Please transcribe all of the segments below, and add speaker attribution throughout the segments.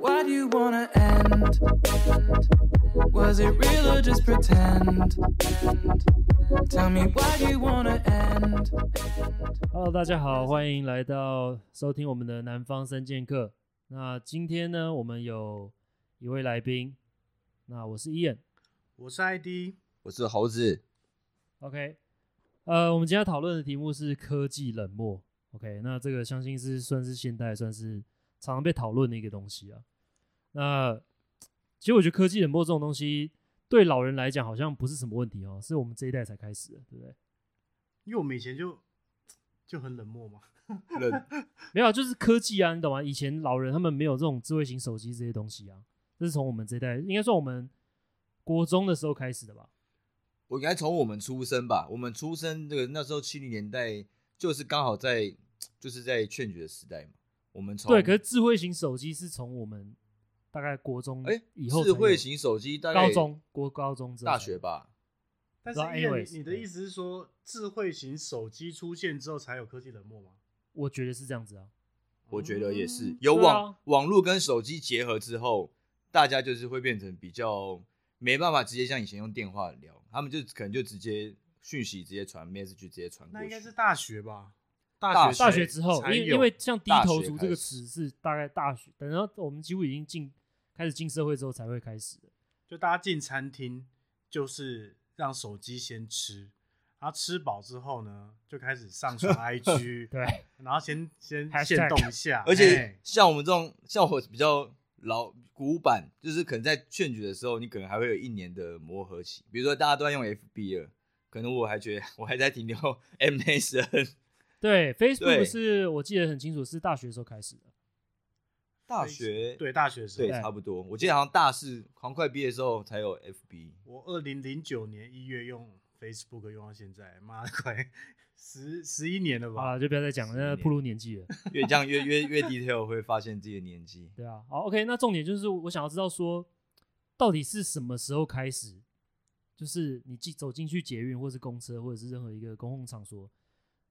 Speaker 1: how'd you wanna end? Was it real or just pretend? Tell me why'd you wanna end?
Speaker 2: Hello，大家好，欢迎来到收听我们的南方三剑客。那今天呢，我们有一位来宾，那我是 Ian。
Speaker 3: 我是 ID，
Speaker 4: 我是 猴子，
Speaker 2: OK，呃，我们今天要讨论的题目是科技冷漠。OK，那这个相信是算是现代算是常常被讨论的一个东西啊。那其实我觉得科技冷漠这种东西对老人来讲好像不是什么问题哦，是我们这一代才开始的，对不对？
Speaker 3: 因为我们以前就就很冷漠嘛，
Speaker 4: 冷
Speaker 2: 没有啊，就是科技啊，你懂吗？以前老人他们没有这种智慧型手机这些东西啊，这是从我们这一代，应该算我们国中的时候开始的吧？
Speaker 4: 我应该从我们出生吧，我们出生这个那时候七零年代就是刚好在就是在劝学时代嘛，我们从
Speaker 2: 对，可是智慧型手机是从我们大概国中
Speaker 4: 哎
Speaker 2: 以后才
Speaker 4: 智
Speaker 2: 有
Speaker 4: 慧型手机大概
Speaker 2: 高中、国高中之后
Speaker 4: 大
Speaker 2: 才
Speaker 4: 学吧，
Speaker 3: 但是
Speaker 2: 然后
Speaker 3: Ian，
Speaker 2: anyways，
Speaker 3: 你你的
Speaker 2: 对
Speaker 3: 意思是说，智慧型手机出现之后才有科技冷漠吗？
Speaker 2: 我觉得是这样子啊。
Speaker 4: 我觉得也是
Speaker 3: 嗯
Speaker 4: 有
Speaker 2: 对
Speaker 4: 网、
Speaker 2: 啊
Speaker 4: 网络跟手机结合之后，大家就是会变成比较没办法直接像以前用电话聊，他们就可能就直接讯息直接传 message 直接传过
Speaker 3: 那
Speaker 4: 去，
Speaker 3: 应该是大学吧？大
Speaker 4: 大
Speaker 3: 学
Speaker 2: 大
Speaker 3: 才
Speaker 2: 学之后，因
Speaker 3: 才
Speaker 2: 为
Speaker 3: 有
Speaker 2: 因为像低
Speaker 4: 大
Speaker 2: 头
Speaker 4: 学
Speaker 2: 族
Speaker 4: 开
Speaker 2: 这个
Speaker 4: 始
Speaker 2: 词是大概大学，等到我们几乎已经进开始进社会之后才会开始的。
Speaker 3: 就大家进餐厅就是让手机先吃，然后吃饱之后呢，就开始 上传 IG，
Speaker 2: 对，
Speaker 3: 然后先先
Speaker 2: Hashtag
Speaker 3: 先动一下，
Speaker 4: 而
Speaker 3: 哎
Speaker 4: 且像我们这种，像我比较老古板，就是可能在劝举的时候，你可能还会有一年的磨合期。比如说大家都在用 FB 了，可能我还觉得我还在停留 MSN。
Speaker 2: 对，Facebook
Speaker 4: 对
Speaker 2: 是我记得很清楚，是大学的时候开始的。
Speaker 4: 大学
Speaker 3: 对大学时
Speaker 4: 对
Speaker 3: 代，
Speaker 4: 差不多，我记得好像大四好像快毕业的时候才有 FB。
Speaker 3: 我二零零九年一月用 Facebook 用到现在，妈的快十十一年了吧？
Speaker 2: 好了，就不要再讲了，
Speaker 4: 十
Speaker 2: 那
Speaker 4: 年
Speaker 2: 步入年纪了。
Speaker 4: 越这样越越越 detail 会发现自己的年纪。
Speaker 2: 对啊，好，OK，那重点就是我想要知道说，到底是什么时候开始，就是你进走进去捷运或是公车或者是任何一个公共场所，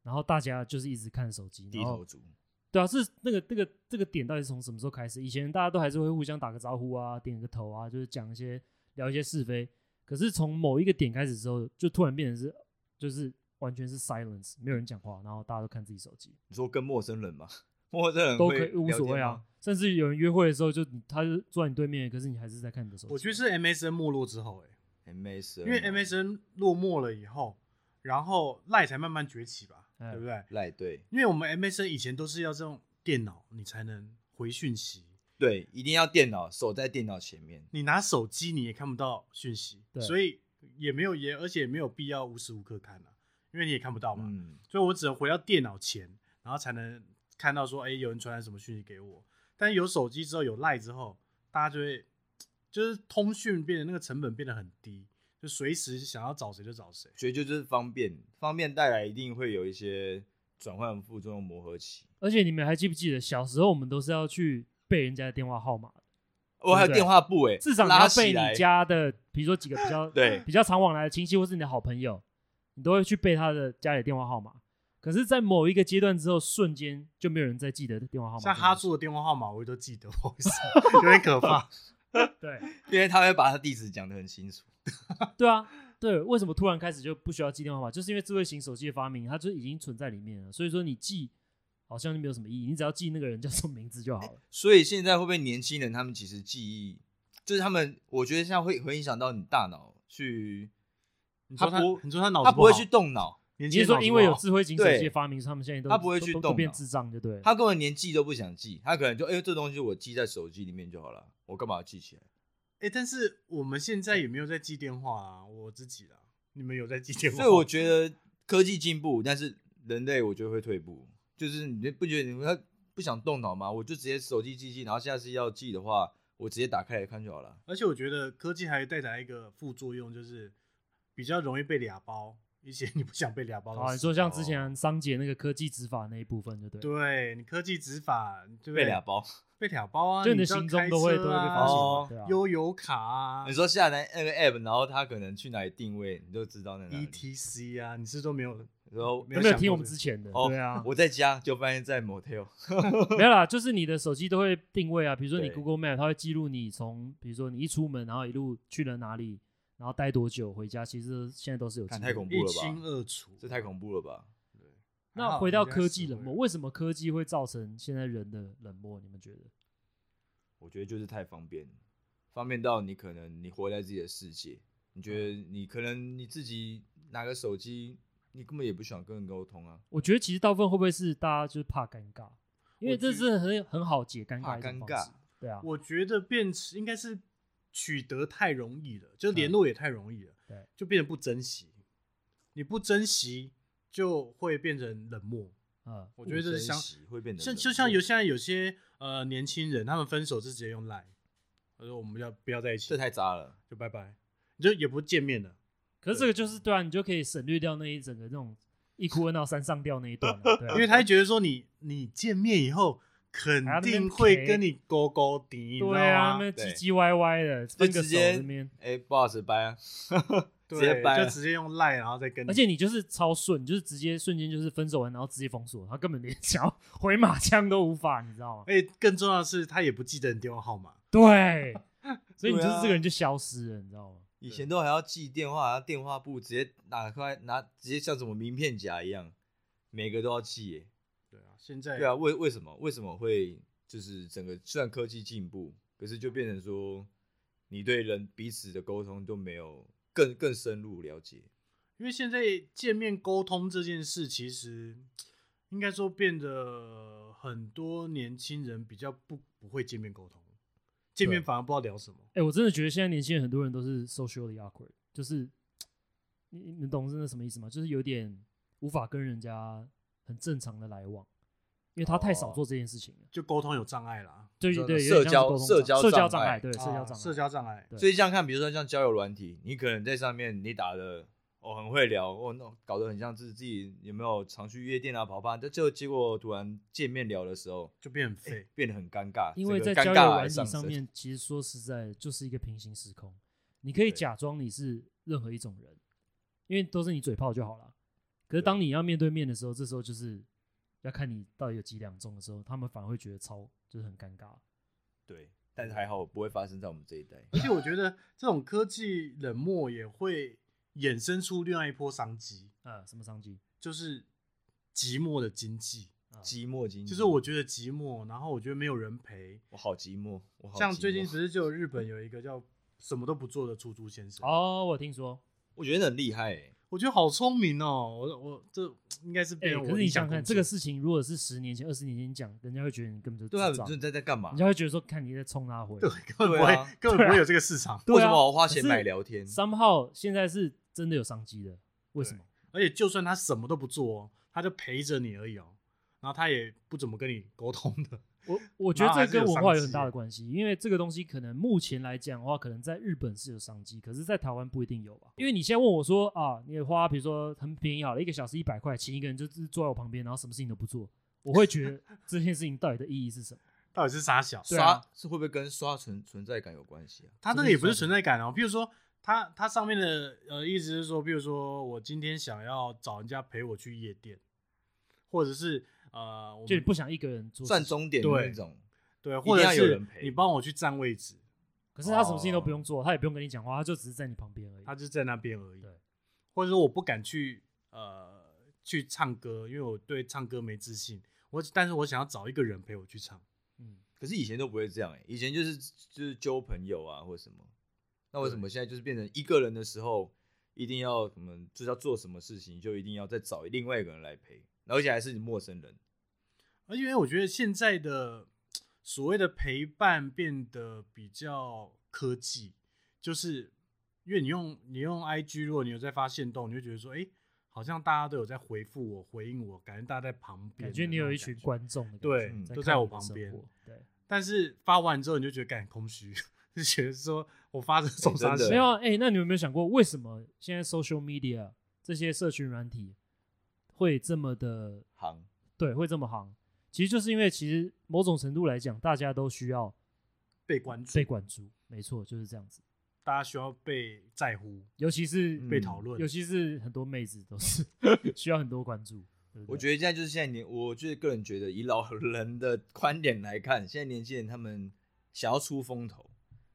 Speaker 2: 然后大家就是一直看手机，
Speaker 4: 低
Speaker 2: 然后
Speaker 4: 头族，
Speaker 2: 对啊，是那个那个这个点到底是从什么时候开始？以前大家都还是会互相打个招呼啊，点个头啊，就是讲一些聊一些是非。可是从某一个点开始之后，就突然变成是就是完全是 silence，没有人讲话，然后大家都看自己手机，
Speaker 4: 你说跟陌生人吗？陌生人
Speaker 2: 都
Speaker 4: 会
Speaker 2: 可以无
Speaker 4: 聊
Speaker 2: 所
Speaker 4: 天
Speaker 2: 谓啊
Speaker 4: 吗。。
Speaker 2: 甚至有人约会的时候就，你他就坐在你对面，可是你还是在看你的手机。
Speaker 3: 我觉得是 MSN 没落之后、欸，
Speaker 4: MSN，
Speaker 3: 因为 MSN 落寞了以后，然后赖才慢慢崛起吧，
Speaker 2: 哎
Speaker 3: 对不对？
Speaker 4: 赖对
Speaker 3: 因为我们 MSN 以前都是要这种电脑你才能回讯息，
Speaker 4: 对，一定要电脑守在电脑前面。
Speaker 3: 你拿手机你也看不到讯息
Speaker 2: 对，
Speaker 3: 所以也没有也而且也没有必要无时无刻看啊，因为你也看不到嘛，
Speaker 4: 嗯，
Speaker 3: 所以我只能回到电脑前，然后才能看到说，哎、有人传来什么讯息给我。但有手机之后，有赖之后，大家就会就是通讯变得那个成本变得很低，就随时想要找谁就找谁。
Speaker 4: 所以就是方便，方便带来一定会有一些转换副作用磨合期。
Speaker 2: 而且你们还记不记得小时候我们都是要去背人家的电话号码的，
Speaker 4: 我、还有电话簿哎、
Speaker 2: 至少你
Speaker 4: 拉
Speaker 2: 要
Speaker 4: 起
Speaker 2: 背
Speaker 4: 来
Speaker 2: 你家的，比如说几个比 较
Speaker 4: 对
Speaker 2: 比较常往来的亲戚或是你的好朋友，你都会去背他的家里的电话号码。可是，在某一个阶段之后，瞬间就没有人再记得电话号码。
Speaker 3: 像哈
Speaker 2: 说，
Speaker 3: 住的电话号码，我都记得，不好意思，有点可怕。
Speaker 2: 对
Speaker 4: 因为他会把他地址讲得很清楚。
Speaker 2: 对啊，对，为什么突然开始就不需要记电话号码？就是因为智慧型手机的发明，它就已经存在里面了。所以说，你记好像就没有什么意义，你只要记那个人叫什么名字就好了。
Speaker 4: 所以现在会不会年轻人他们其实记忆，就是他们，我觉得现在会会影响到你大脑去，
Speaker 3: 你说他，
Speaker 4: 不
Speaker 3: 你说他脑子
Speaker 4: 他不会
Speaker 3: 好
Speaker 4: 去，动脑，
Speaker 3: 年
Speaker 2: 你
Speaker 3: 轻
Speaker 2: 是
Speaker 3: 人脑
Speaker 2: 说
Speaker 3: 子
Speaker 2: 因
Speaker 3: 不
Speaker 2: 为有
Speaker 3: 好
Speaker 2: 智慧型手
Speaker 4: 对
Speaker 2: 机的发明，他们现在都
Speaker 4: 他不会去
Speaker 2: 都
Speaker 4: 动
Speaker 2: 都都变
Speaker 4: 脑
Speaker 2: 智障，就对了。
Speaker 4: 他根本连记都不想记，他可能就哎、这东西我记在手机里面就好了，我干嘛要记起来？
Speaker 3: 哎、但是我们现在也没有在记电话啊，我自己啦，你们有在记电话？
Speaker 4: 所以我觉得科技进步，但是人类我觉得会退步。就是你不觉得你们不想动脑吗？我就直接手机记记，然后下次要记的话，我直接打开来看就好了。
Speaker 3: 而且我觉得科技还带来一个副作用，就是比较容易被俩包一些 你不想被俩包的事。
Speaker 2: 啊，你说像之
Speaker 4: 哦
Speaker 2: 前桑姐那个科技执法那一部分，就对了。
Speaker 3: 对你科技执法，对不对？
Speaker 4: 被俩包，
Speaker 3: 被俩包啊，
Speaker 2: 就你的
Speaker 3: 知道
Speaker 2: 行踪
Speaker 3: 开
Speaker 2: 都会都
Speaker 3: 车
Speaker 2: 会被
Speaker 3: 啊
Speaker 2: 发现
Speaker 4: 哦
Speaker 2: 嘛，对啊。
Speaker 3: 悠游卡啊，
Speaker 4: 你说
Speaker 2: E
Speaker 4: 下载那个 app，然后他可能去哪里定位，你就知道在哪里。
Speaker 3: ETC，E 啊，你是都没有
Speaker 4: 然后
Speaker 3: 没
Speaker 2: 有
Speaker 3: 有
Speaker 2: 没有
Speaker 3: 想
Speaker 2: 听
Speaker 3: 过
Speaker 2: 我们
Speaker 3: 这
Speaker 2: 之
Speaker 3: 个
Speaker 2: 前的？
Speaker 4: 哦
Speaker 2: 对啊，
Speaker 4: 我在家就发现在 motel，
Speaker 2: 没有啦，就是你的手机都会定位啊，比如说你
Speaker 4: 对
Speaker 2: Google Map，它会记录你从，比如说你一出门，然后一路去了哪里，然后待多久回家，其实现在都是有记
Speaker 4: 干
Speaker 2: 录。
Speaker 4: 太恐怖
Speaker 3: 一
Speaker 4: 了
Speaker 3: 清
Speaker 4: 吧？
Speaker 3: 二楚，
Speaker 4: 这太恐怖了吧？
Speaker 3: 还
Speaker 2: 那
Speaker 3: 好
Speaker 2: 回
Speaker 3: 人
Speaker 2: 到
Speaker 3: 家
Speaker 2: 科
Speaker 3: 是
Speaker 2: 技冷
Speaker 3: 会
Speaker 2: 漠，为什么科技会造成现在人的冷漠？你们觉得？
Speaker 4: 我觉得就是太方便，方便到你可能你活在自己的世界，你觉
Speaker 2: 嗯
Speaker 4: 得你可能你自己拿个手机，你根本也不想跟人沟通啊，
Speaker 2: 我觉得其实大部分会不会是大家就是怕尴尬，因为
Speaker 4: 我
Speaker 2: 这
Speaker 4: 觉
Speaker 2: 是很很好解尴
Speaker 4: 怕
Speaker 2: 尬的一种
Speaker 4: 尴
Speaker 2: 方
Speaker 4: 尬
Speaker 2: 式。。对啊，
Speaker 3: 我觉得变成应该是取得太容易了，就是联络也太容易了，
Speaker 2: 嗯对，
Speaker 3: 就变得不珍惜。你不珍惜，就会变成冷漠。
Speaker 2: 嗯，
Speaker 3: 我觉得这是相
Speaker 4: 不珍惜会变得
Speaker 3: 像
Speaker 4: 冷
Speaker 3: 就像
Speaker 4: 漠
Speaker 3: 有现在有些呃年轻人，他们分手是直接用赖，他说我们要不要在一起
Speaker 4: 这，太渣了。
Speaker 3: 就拜拜，你就也不见面了。
Speaker 2: 可是这个就是对啊，你就可以省略掉那一整个那种一哭二闹三上吊那一段了，对啊，
Speaker 3: 因为他会觉得说你你见面以后肯
Speaker 2: 还要那边
Speaker 3: 定会
Speaker 2: 陪
Speaker 3: 跟你勾勾搭，你知道
Speaker 2: 对啊，
Speaker 3: 吗
Speaker 2: 那
Speaker 4: 对
Speaker 2: 唧唧歪歪的，
Speaker 4: 就
Speaker 2: 分个
Speaker 4: 直
Speaker 2: 手
Speaker 4: 接
Speaker 2: 这边，
Speaker 4: 哎、不好意思，掰啊，直
Speaker 3: 对
Speaker 4: 接掰啊
Speaker 3: 就直接用赖，然后再跟你，
Speaker 2: 而且你就是超顺，你就是直接瞬间就是分手完，然后直接封锁，然后根本连 想要回马枪都无法，你知道吗？
Speaker 3: 而且更重要的是，他也不记得你电话号码。
Speaker 2: 对，所以你
Speaker 4: 对
Speaker 2: 就
Speaker 4: 啊
Speaker 2: 是这个人就消失了，你知道吗？
Speaker 4: 以前都还要寄电话，还要电话簿，直接拿块拿，直接像什么名片夹一样，每个都要寄耶、
Speaker 3: 对啊，现在
Speaker 4: 对啊，为为什么为什么会就是整个虽然科技进步，可是就变成说你对人彼此的沟通都没有更更深入了解。
Speaker 3: 因为现在见面沟通这件事，其实应该说变得很多年轻人比较不不会见面沟通，见面
Speaker 2: 对
Speaker 3: 反而不知道聊什么。
Speaker 2: 哎、我真的觉得现在年轻人很多人都是 socially awkward，就是你你们懂真的什么意思吗？就是有点无法跟人家很正常的来往，因为他太少
Speaker 4: 哦
Speaker 2: 做这件事情了。
Speaker 3: 就沟通有障碍啦，
Speaker 2: 对
Speaker 4: 你说
Speaker 2: 对，
Speaker 4: 的
Speaker 2: 有点像
Speaker 4: 社
Speaker 2: 是
Speaker 4: 交
Speaker 2: 沟通
Speaker 4: 社
Speaker 2: 障
Speaker 4: 交
Speaker 2: 社交
Speaker 4: 障
Speaker 2: 障
Speaker 4: 碍
Speaker 2: 碍，对社交
Speaker 3: 啊
Speaker 2: 障碍，
Speaker 3: 社交障碍
Speaker 2: 对
Speaker 4: 所以像看，比如说像交友软体，你可能在上面你打的哦很会聊，哦那搞得很像是自己有没有常去夜店啊跑吧，但就结果突然见面聊的时候，
Speaker 3: 就变很废。
Speaker 4: 变得很尴尬，
Speaker 2: 因为在交
Speaker 4: 整个
Speaker 2: 友
Speaker 4: 尴尬
Speaker 2: 软
Speaker 4: 癌
Speaker 2: 体上
Speaker 4: 升
Speaker 2: 面，其实说实在的，就是一个平行时空。你可以
Speaker 4: 对
Speaker 2: 假装你是任何一种人，因为都是你嘴炮就好了。可是
Speaker 4: 对
Speaker 2: 当你要面对面的时候，这时候就是要看你到底有几两重的时候，他们反而会觉得超就是很尴尬。
Speaker 4: 对，但是还好不会发生在我们这一代。
Speaker 3: 而且我觉得这种科技冷漠也会衍生出另外一波商机，
Speaker 2: 呃，什么商机？
Speaker 3: 就是寂寞的经济。
Speaker 4: 寂
Speaker 2: 嗯
Speaker 4: 寞经济，
Speaker 3: 就是我觉得寂寞，然后我觉得没有人陪。
Speaker 4: 我好寂寞，我好
Speaker 3: 像
Speaker 4: 寂
Speaker 3: 最近
Speaker 4: 寞
Speaker 3: 不是就有日本有一个叫什么都不做的出租先 生，
Speaker 2: 哦，我听说，
Speaker 4: 我觉得很厉害欸、
Speaker 3: 我觉得好聪明哦！我我这应该是
Speaker 2: 哎、
Speaker 3: 被我
Speaker 2: 可是你
Speaker 3: 理
Speaker 2: 想想
Speaker 3: 想
Speaker 2: 看，
Speaker 3: 工
Speaker 2: 这
Speaker 3: 作
Speaker 2: 个事情如果是十年前、二十年前讲，人家会觉得你根本就
Speaker 4: 对啊，
Speaker 2: 智障
Speaker 4: 你在在干嘛
Speaker 2: 人？家会觉得说，看你在冲他回。
Speaker 3: 对根本不
Speaker 4: 对
Speaker 3: 会、
Speaker 4: 啊
Speaker 3: 根本不会有这个市场，
Speaker 2: 对啊
Speaker 4: 为什么我花
Speaker 2: 可
Speaker 4: 钱
Speaker 2: 是
Speaker 4: 买聊天？
Speaker 2: somehow 现在是真的有商机的，为什么？
Speaker 3: 而且就算他什么都不做、哦，他就陪着你而已哦，然后他也不怎么跟你沟通的，
Speaker 2: 我我觉得
Speaker 3: 然后还
Speaker 2: 这
Speaker 3: 是
Speaker 2: 跟
Speaker 3: 有
Speaker 2: 文
Speaker 3: 商
Speaker 2: 化有很
Speaker 3: 机
Speaker 2: 大
Speaker 3: 耶
Speaker 2: 的关系，因为这个东西可能目前来讲的话，可能在日本是有商机，可是在台湾不一定有吧。因为你现在问我说啊，你花比如说很便宜好了，一个小时一百块，请一个人就是坐在我旁边，然后什么事情都不做，我会觉得这件事情到底的意义是什么？
Speaker 3: 到底是啥小？
Speaker 2: 对啊
Speaker 4: 刷是会不会跟刷存存在感有关系啊？
Speaker 3: 他那个也不是存在感哦，比如说。他他上面的呃意思是说，比如说我今天想要找人家陪我去夜店，或者是呃，我
Speaker 2: 就你
Speaker 3: 们
Speaker 2: 不想一个人做事
Speaker 4: 算
Speaker 2: 情，
Speaker 4: 终点的
Speaker 3: 对
Speaker 4: 那种，
Speaker 3: 对，
Speaker 4: 定
Speaker 3: 或者
Speaker 4: 要有
Speaker 3: 是
Speaker 4: 人陪
Speaker 3: 你帮我去占位置，
Speaker 2: 可是他什么事情都不
Speaker 4: 哦
Speaker 2: 用做，他也不用跟你讲话，他就只是在你旁边而已。
Speaker 3: 他就在那边而已
Speaker 2: 对。
Speaker 3: 或者说我不敢去呃去唱歌，因为我对唱歌没自信。我但是我想要找一个人陪我去唱，
Speaker 2: 嗯，
Speaker 4: 可是以前都不会这样哎、以前就是就是交朋友啊或什么。那为什么现在就是变成一个人的时候，一定要什么就是要做什么事情，就一定要再找另外一个人来陪，而且还是陌生人？
Speaker 3: 而且因为我觉得现在的所谓的陪伴变得比较科技，就是因为你用你用 IG，如果你有在发现动，你会觉得说，哎、好像大家都有在回复我、回应我，感觉大家在旁边，
Speaker 2: 感觉你有一群
Speaker 3: 关。
Speaker 2: 观众的感
Speaker 3: 对
Speaker 2: 觉
Speaker 4: 嗯
Speaker 2: 在
Speaker 3: 都
Speaker 2: 看
Speaker 3: 在
Speaker 2: 你
Speaker 3: 我
Speaker 2: 的
Speaker 3: 旁
Speaker 2: 生
Speaker 3: 边
Speaker 2: 活对。
Speaker 3: 但是发完之后，你就觉得感空虚， 就觉得说我发这种
Speaker 4: 真
Speaker 3: 啥
Speaker 4: 的
Speaker 3: 小
Speaker 2: 没有啊，哎、那你有没有想过，为什么现在 social media 这些社群软体会这么的
Speaker 4: 行，
Speaker 2: 对，会这么行？其实就是因为其实某种程度来讲，大家都需要
Speaker 3: 被关注
Speaker 2: 被？关注，没错，就是这样子。
Speaker 3: 大家需要被在乎、
Speaker 2: 尤其是
Speaker 4: 嗯
Speaker 3: 被讨论
Speaker 2: 尤。其是很多妹子都是 需要很多关注。对不对
Speaker 4: 我觉得现在就是现在年，我就是个人觉得，以老人的观点来看，现在年轻人他们想要出风头，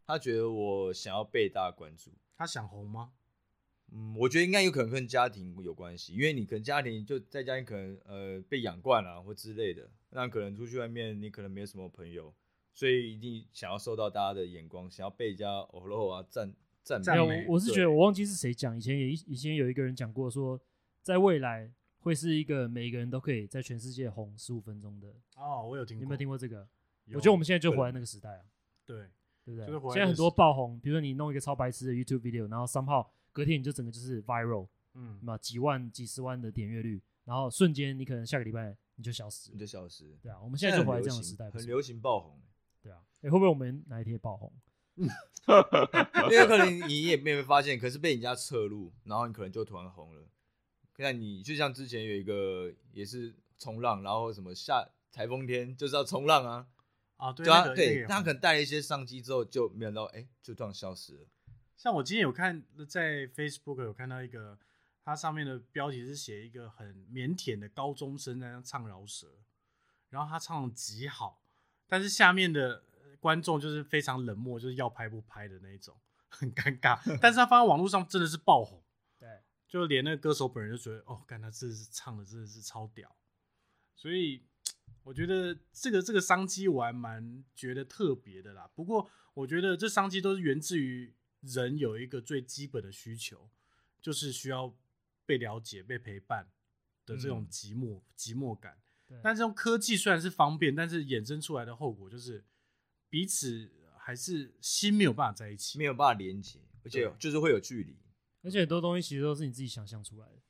Speaker 4: 他觉得我想要被大家关注。
Speaker 3: 他想红吗？
Speaker 4: 嗯，我觉得应该有可能跟家庭有关系，因为你可能家庭就在家里可能呃被养惯了、或之类的，那可能出去外面你可能没有什么朋友，所以一定想要受到大家的眼光，想要被人家哦喽啊赞赞
Speaker 3: 赞
Speaker 2: 没
Speaker 4: 美。
Speaker 2: 有，
Speaker 3: 美
Speaker 2: 我我是觉
Speaker 4: 对
Speaker 2: 得我忘记是谁讲，以前也以前有一个人讲过说，在未来会是一个每个人都可以在全世界红十五分钟的。
Speaker 3: 哦，我有听
Speaker 2: 你
Speaker 3: 过，
Speaker 2: 有没有听过这个？
Speaker 3: 有？
Speaker 2: 我觉得我们现在就活在
Speaker 3: 对
Speaker 2: 那个时代啊，
Speaker 3: 对，
Speaker 2: 对不对？
Speaker 3: 就是活在
Speaker 2: 现在
Speaker 3: 那
Speaker 2: 很
Speaker 3: 个
Speaker 2: 多
Speaker 3: 时代
Speaker 2: 爆红，比如说你弄一个超白痴的 YouTube video，然后 somehow 隔天你就整个就是 viral，
Speaker 3: 嗯，
Speaker 2: 嘛几万、几十万的点阅率，然后瞬间你可能下个礼拜你就消失
Speaker 4: 你
Speaker 2: 了
Speaker 4: 就。消失。
Speaker 2: 对啊，我们现在就活在
Speaker 4: 很
Speaker 2: 这
Speaker 4: 流
Speaker 2: 样的
Speaker 4: 行
Speaker 2: 时代，不
Speaker 4: 很
Speaker 2: 是
Speaker 4: 流
Speaker 2: 吗。
Speaker 4: 行 爆红，
Speaker 2: 对啊，哎，会不会我们哪一天也爆红？
Speaker 4: 因为可能你也没有发现，可是被人家侧录，然后你可能就突然红了。那你就像之前有一个也是冲浪，然后什么下台风天就是要冲浪啊，
Speaker 3: 啊，对，
Speaker 4: 对
Speaker 3: 那
Speaker 4: 啊，
Speaker 3: 个
Speaker 4: 对，
Speaker 3: 那个也
Speaker 4: 他可
Speaker 3: 红
Speaker 4: 能带了一些商机之后，就没想到，哎、就突然消失了。
Speaker 3: 像我今天有看在 Facebook 有看到一个，它上面的标题是写一个很腼腆的高中生在那唱饶舌，然后他唱的极好，但是下面的呃观众就是非常冷漠，就是要拍不拍的那一种，很尴尬。但是他放在网络上真的是爆红，
Speaker 2: 对，
Speaker 3: 就连那个歌手本人就觉得，哦，干他真的是唱的真的是超屌，所以我觉得这个这个商机我还蛮觉得特别的啦。不过我觉得这商机都是源自于人有一个最基本的需求，就是需要被了解、被陪伴的这种
Speaker 4: 嗯
Speaker 3: 寂寞、寂寞感。
Speaker 2: 对
Speaker 3: 但这种科技虽然是方便，但是衍生出来的后果就是彼此还是心没有办法在一起。
Speaker 4: 没有办法连接，而且
Speaker 3: 对
Speaker 4: 就是会有距离。
Speaker 2: 而且很多东西其实都是你自己想象出来的。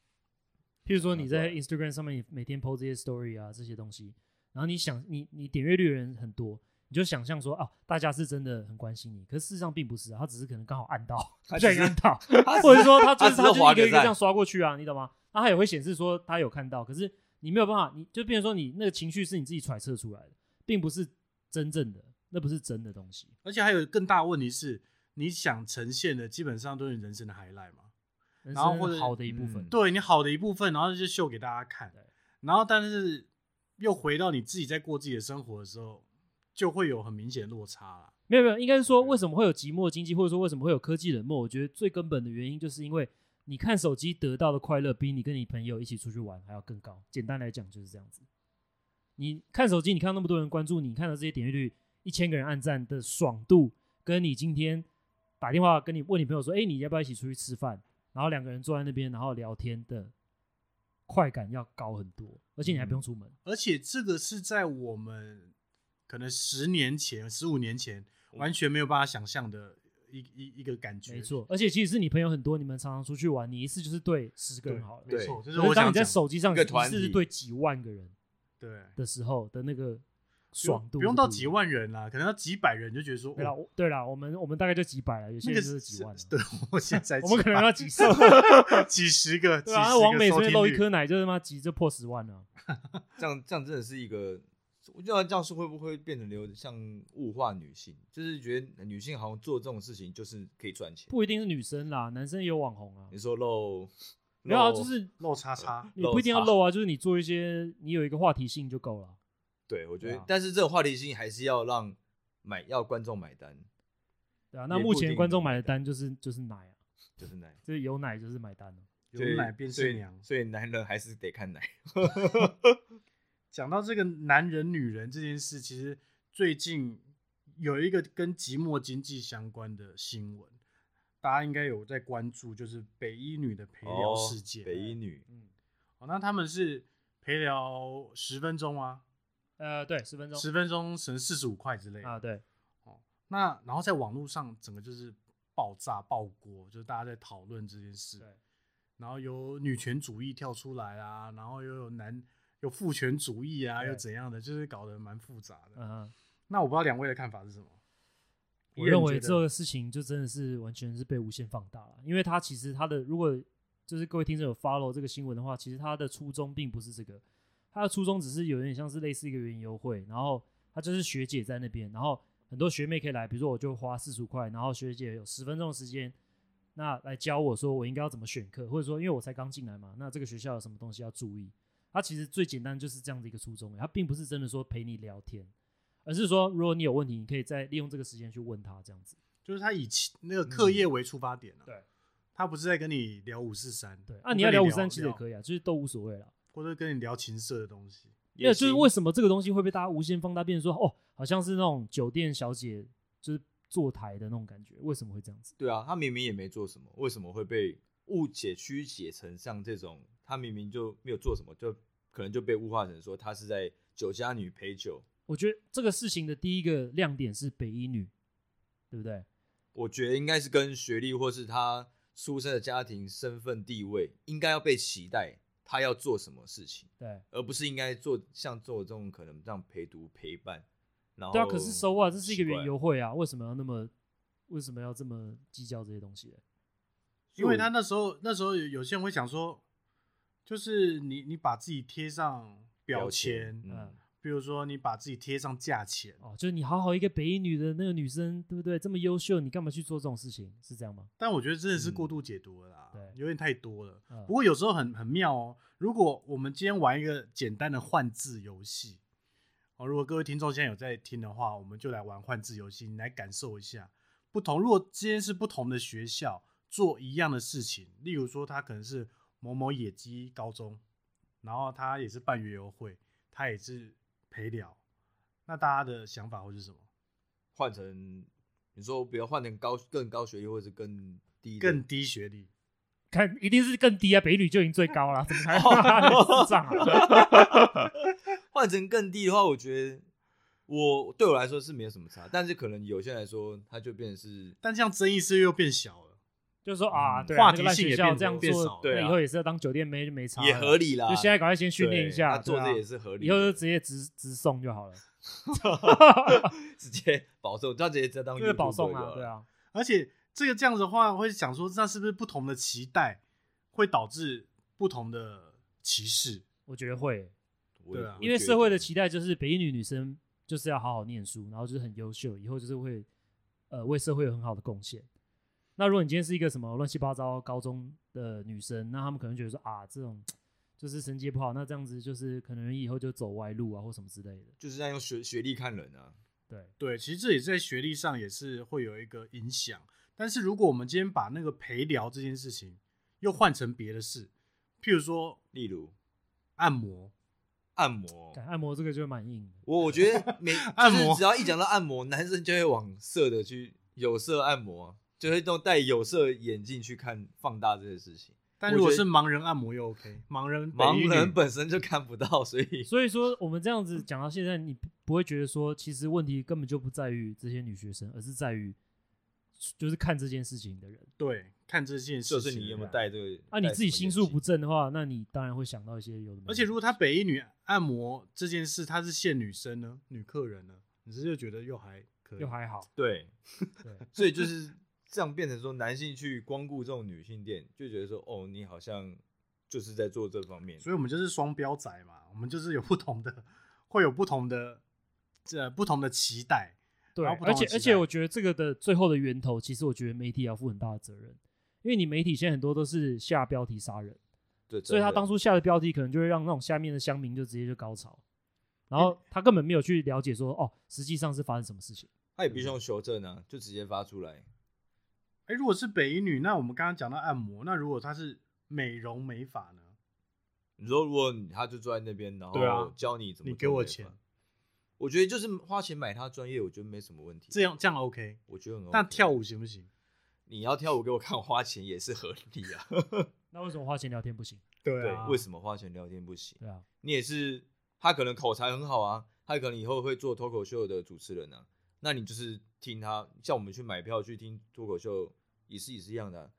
Speaker 2: 譬如说你在
Speaker 4: 嗯对啊
Speaker 2: Instagram 上面，你每天 PO 这些 story 啊这些东西，然后你想你你点阅率的人很多，你就想象说啊，大家是真的很关心你，可是事实上并不是、啊，他只是可能刚好按到，
Speaker 4: 他
Speaker 2: 不小心
Speaker 4: 只是
Speaker 2: 按到，
Speaker 4: 他
Speaker 2: 或者说他就
Speaker 4: 他
Speaker 2: 是
Speaker 4: 只
Speaker 2: 他
Speaker 4: 是
Speaker 2: 就是
Speaker 4: 划
Speaker 2: 一个一个
Speaker 4: 个赞
Speaker 2: 这样刷过去啊，你懂吗？那他也会显示说他有看到，可是你没有办法，你就变成说你那个情绪是你自己揣测出来的，并不是真正的，那不是真的东西。
Speaker 3: 而且还有更大的问题是，你想呈现的基本上都是你人生的 highlight 嘛，
Speaker 2: 人
Speaker 3: 然后
Speaker 2: 生
Speaker 3: 或者
Speaker 2: 好的一部分
Speaker 4: 嗯，
Speaker 3: 对你好的一部分，然后就秀给大家看
Speaker 2: 对，
Speaker 3: 然后但是又回到你自己在过自己的生活的时候，就会有很明显的落差啦。
Speaker 2: 没有没有，应该是说为什么会有寂寞经济，或者说为什么会有科技冷漠？我觉得最根本的原因就是因为你看手机得到的快乐比你跟你朋友一起出去玩还要更高。简单来讲就是这样子。你看手机，你看到那么多人关注你，你看到这些点阅率，一千个人按赞的爽度，跟你今天打电话跟你问你朋友说，哎，你要不要一起出去吃饭？然后两个人坐在那边，然后聊天的快感要高很多，而且你还
Speaker 3: 嗯
Speaker 2: 不用出门。
Speaker 3: 而且这个是在我们可能十年前、十五年前完全没有办法想象的一一一个感觉。
Speaker 2: 嗯没，错，而且其实是你朋友很多，你们常常出去玩，你一次就是对十个
Speaker 3: 对
Speaker 2: 人好了，，
Speaker 3: 没错，就是
Speaker 2: 可
Speaker 3: 我
Speaker 2: 是当
Speaker 3: 想
Speaker 2: 你在
Speaker 3: 讲
Speaker 2: 手机上
Speaker 4: 一个
Speaker 2: 一
Speaker 4: 团
Speaker 2: 次是
Speaker 4: 体
Speaker 2: 对几万个人
Speaker 3: 对，
Speaker 2: 的时候的那个
Speaker 3: 不
Speaker 2: 爽
Speaker 3: 用
Speaker 2: 度，
Speaker 3: 不用到几。万人啦，可能要几百人就觉得说，
Speaker 2: 对啦，
Speaker 3: 哦
Speaker 2: 我对啦，我们我们大概就几百了，有些
Speaker 3: 那
Speaker 2: 人
Speaker 3: 个
Speaker 2: 就是几万了。
Speaker 3: 对，我现 在
Speaker 2: 我们可能要几十。
Speaker 3: 要几十个，
Speaker 2: 对啊，
Speaker 3: 几
Speaker 2: 那
Speaker 3: 十
Speaker 2: 王
Speaker 3: 个
Speaker 2: 美
Speaker 3: 收
Speaker 2: 随便
Speaker 3: 听
Speaker 2: 露
Speaker 3: 率
Speaker 2: 一颗奶就他妈几就破十万啊了。
Speaker 4: 这样这样真的是一个，我觉得这样是会不会变成流像物化女性？就是觉得女性好像做这种事情就是可以赚钱。
Speaker 2: 不一定是女生啦，男生也有网红啊
Speaker 4: 你。说漏，
Speaker 2: 没有啊，
Speaker 4: 漏
Speaker 2: 就是
Speaker 3: 漏叉叉，
Speaker 2: 你不一定要
Speaker 4: 漏
Speaker 2: 露啊，就是你做一些你有一个话题性就够了。
Speaker 4: 对我觉
Speaker 2: 对
Speaker 4: 得，
Speaker 2: 啊
Speaker 4: 但是这种话题性还是要让买要观众买单，
Speaker 2: 对啊，那
Speaker 4: 也
Speaker 2: 目
Speaker 4: 不一
Speaker 2: 前
Speaker 4: 定
Speaker 2: 观众
Speaker 4: 有
Speaker 2: 买的
Speaker 4: 买单
Speaker 2: 单就是就是奶啊，
Speaker 4: 就是奶。
Speaker 2: 就是有奶就是买单了。
Speaker 3: 有奶便
Speaker 4: 所以
Speaker 3: 是娘。
Speaker 4: 所以男人还是得看奶。
Speaker 3: 讲到这个男人女人这件事，其实最近有一个跟寂寞经济相关的新闻，大家应该有在关注，就是北一女的陪聊事件。
Speaker 4: 哦北一女，
Speaker 2: 嗯，
Speaker 3: 哦，那他们是陪聊十分钟啊，
Speaker 2: 呃，对，十分钟
Speaker 3: 十分钟省四十五块之类的
Speaker 2: 啊，对，
Speaker 3: 那然后在网络上整个就是爆炸爆锅，就是大家在讨论这件事
Speaker 2: 对。
Speaker 3: 然后有女权主义跳出来啊，然后又有男有父权主义啊，
Speaker 2: 对
Speaker 3: 又怎样的，就是搞得蛮复杂的。
Speaker 2: 嗯哼。
Speaker 3: 那我不知道两位的看法是什么？
Speaker 2: 我
Speaker 3: 一人
Speaker 2: 认为
Speaker 3: 觉得
Speaker 2: 这个事情就真的是完全是被无限放大了，因为他其实他的如果就是各位听众有 follow 这个新闻的话，其实他的初衷并不是这个，他的初衷只是有点像是类似一个园游会，然后他就是学姐在那边，然后很多学妹可以来，比如说我就花四十块，然后学姐有十分钟的时间，那来教我说我应该要怎么选课，或者说因为我才刚进来嘛，那这个学校有什么东西要注意？它其实最简单就是这样的一个初衷，它欸并不是真的说陪你聊天，而是说如果你有问题，你可以再利用这个时间去问他这样子。
Speaker 3: 就是他以其那个课业为出发点啊，
Speaker 2: 嗯对
Speaker 3: 他不是在跟你聊五四三，
Speaker 2: 对，啊，你要聊五三其
Speaker 3: 七
Speaker 2: 实也可以啊，就是都无所谓啦。
Speaker 3: 或者跟你聊情色的东西，
Speaker 2: 因为就是为
Speaker 4: 什
Speaker 2: 什么这个东西会被大家无限放大，变成说哦，好像是那种酒店小姐就是坐台的那种感觉，为什么会这样子？
Speaker 4: 对啊，他明明也没做什么，为什么会被误解曲解成像这种？他明明就没有做什么，就可能就被物化成说他是在酒家女陪酒。
Speaker 2: 我觉得这个事情的第一个亮点是北一女，对不对？
Speaker 4: 我觉得应该是跟学历或是他出生的家庭、身份地位应该要被期待，他要做什么事情，
Speaker 2: 对，
Speaker 4: 而不是应该做像做这种可能这样陪读陪伴。然后
Speaker 2: 对啊。可是收啊，这是一个
Speaker 4: 奇怪
Speaker 2: 园游会啊，为什么要那么为什么要这么计较这些东西嘞？
Speaker 3: 因为他那时候那时候有有些人会想说，就是你你把自己贴上标签，
Speaker 4: 嗯，
Speaker 3: 比如说你把自己贴上价钱，
Speaker 2: 哦，就是你好好一个北一女的那个女生，对不对？这么优秀，你干嘛去做这种事情？是这样吗？
Speaker 3: 但我觉得真的是过度解读了啦，
Speaker 2: 嗯对
Speaker 3: 有点太多了。
Speaker 2: 嗯
Speaker 3: 不过有时候很很妙哦，如果我们今天玩一个简单的换字游戏，哦，如果各位听众现在有在听的话，我们就来玩换字游戏，你来感受一下不同。如果今天是不同的学校做一样的事情，例如说他可能是某某野鸡高中，然后他也是办园游会，他也是陪聊，那大家的想法会是什么？
Speaker 4: 换成你说，比如换成高更高学历，或者是更低的
Speaker 3: 更低学历，
Speaker 2: 看，一定是更低啊，北一女就已经最高了，怎 么
Speaker 4: 哦
Speaker 2: 还哦智障啊？
Speaker 4: 换成更低的话，我觉得我对我来说是没有什么差，但是可能有些人来说，他就变成是
Speaker 3: 但这样争议是又变小了。
Speaker 2: 就是说啊，
Speaker 4: 嗯
Speaker 2: 对啊，
Speaker 3: 话
Speaker 2: 那
Speaker 3: 题
Speaker 2: 个烂
Speaker 3: 性
Speaker 2: 学
Speaker 3: 也
Speaker 2: 校
Speaker 3: 变
Speaker 2: 这样
Speaker 3: 变少
Speaker 2: 做
Speaker 3: 了，
Speaker 4: 对
Speaker 2: 那
Speaker 4: 啊
Speaker 2: 以后也是要当酒店妹就没差，啊
Speaker 4: 也合。理啦。
Speaker 2: 就现在赶快先训练一下，
Speaker 4: 对他做
Speaker 2: 对啊
Speaker 4: 这也是合理的
Speaker 2: 以后就直接直直送就好了，
Speaker 4: 直接保送，他直接在当
Speaker 2: 就是保
Speaker 4: YouTuber
Speaker 2: 送
Speaker 4: 就好
Speaker 2: 啊，
Speaker 4: 了
Speaker 2: 对，啊，
Speaker 3: 而且这个这样子的话，会想说，那是不是不同的期待会导致不同的歧视？
Speaker 2: 我觉得会，
Speaker 4: 我也
Speaker 3: 对啊
Speaker 4: 我
Speaker 2: 因为
Speaker 4: 觉
Speaker 2: 社会
Speaker 4: 得
Speaker 2: 的期待就是北一女女生就是要好好念书，然后就是很优秀，以后就是会呃为社会有很好的贡献。那如果你今天是一个什么乱七八糟高中的女生，那他们可能觉得说啊，这种就是成绩不好，那这样子就是可能以后就走歪路啊或什么之类的。
Speaker 4: 就是在用学学历看人啊，
Speaker 2: 对，
Speaker 3: 对，其实这也在学历上也是会有一个影响。但是如果我们今天把那个陪聊这件事情又换成别的事，譬如说
Speaker 4: 例如
Speaker 3: 按摩，
Speaker 4: 按摩。
Speaker 2: 干按摩这个就蛮硬的，
Speaker 4: 我我觉得 每
Speaker 3: 按
Speaker 4: 就是
Speaker 3: 摩
Speaker 4: 只要一讲到按摩，男生就会往色的去有色按摩，啊就会用戴有色眼镜去看放大这些事情。
Speaker 3: 但
Speaker 4: 我
Speaker 3: 如果
Speaker 4: 觉得
Speaker 3: 是盲人按摩又 OK，盲人北一
Speaker 4: 盲
Speaker 3: 女
Speaker 4: 人本身就看不到，所以
Speaker 2: 所以说我们这样子讲到现在，你不不会觉得说其实问题根本就不在于这些女学生，而是在于就是看这件事情的人。
Speaker 3: 对看这件事情，
Speaker 4: 就是你有没有戴这个？
Speaker 2: 啊，你自己心术不正的话，那你当然会想到一些有的没的。
Speaker 3: 而且如果她北一女按摩这件事，她是限女生呢，女客人呢，你是不是觉得又还可以？
Speaker 2: 又还好，
Speaker 4: 对，
Speaker 2: 对，
Speaker 4: 所以就是这样变成说，男性去光顾这种女性店，就觉得说，哦，你好像就是在做这方面。
Speaker 3: 所以我们就是双标仔嘛，我们就是有不同的，会有不同的这不同的期待。
Speaker 2: 对，
Speaker 3: 然后不
Speaker 2: 而
Speaker 3: 同
Speaker 2: 且
Speaker 3: 的
Speaker 2: 而
Speaker 3: 期
Speaker 2: 且
Speaker 3: 待
Speaker 2: 我觉得这个的最后的源头，其实我觉得媒体要负很大的责任，因为你媒体现在很多都是下标题杀人，
Speaker 4: 对，
Speaker 2: 所以他
Speaker 4: 真的
Speaker 2: 当初下的标题可能就会让那种下面的乡民就直接就高潮，然后他根本没有去了解说哦，实际上是发生什么事情。
Speaker 4: 他也必须用修正啊，就直接发出来。
Speaker 3: 哎，如果是北一女，那我们刚刚讲到按摩，那如果她是美容美发呢？
Speaker 4: 你说，如果你他就坐在那边，然
Speaker 3: 对啊
Speaker 4: 后教你怎么做美
Speaker 3: 你
Speaker 4: 发，
Speaker 3: 给我钱
Speaker 4: 我觉得就是花钱买他专业，我觉得没什么问题。
Speaker 3: 这样这样 OK，
Speaker 4: 我觉得很 OK。
Speaker 3: 那跳舞行不行？
Speaker 4: 你要跳舞给我看，花钱也是合理啊。
Speaker 2: 那为什么花钱聊天不行？
Speaker 3: 对
Speaker 4: 对
Speaker 3: 啊，，
Speaker 4: 为什么花钱聊天不行？
Speaker 2: 对啊，
Speaker 4: 你也是，他可能口才很好啊，他可能以后会做脱口秀的主持人啊。那你就是听他，像我们去买票去听脱口秀，也是也是一样的啊、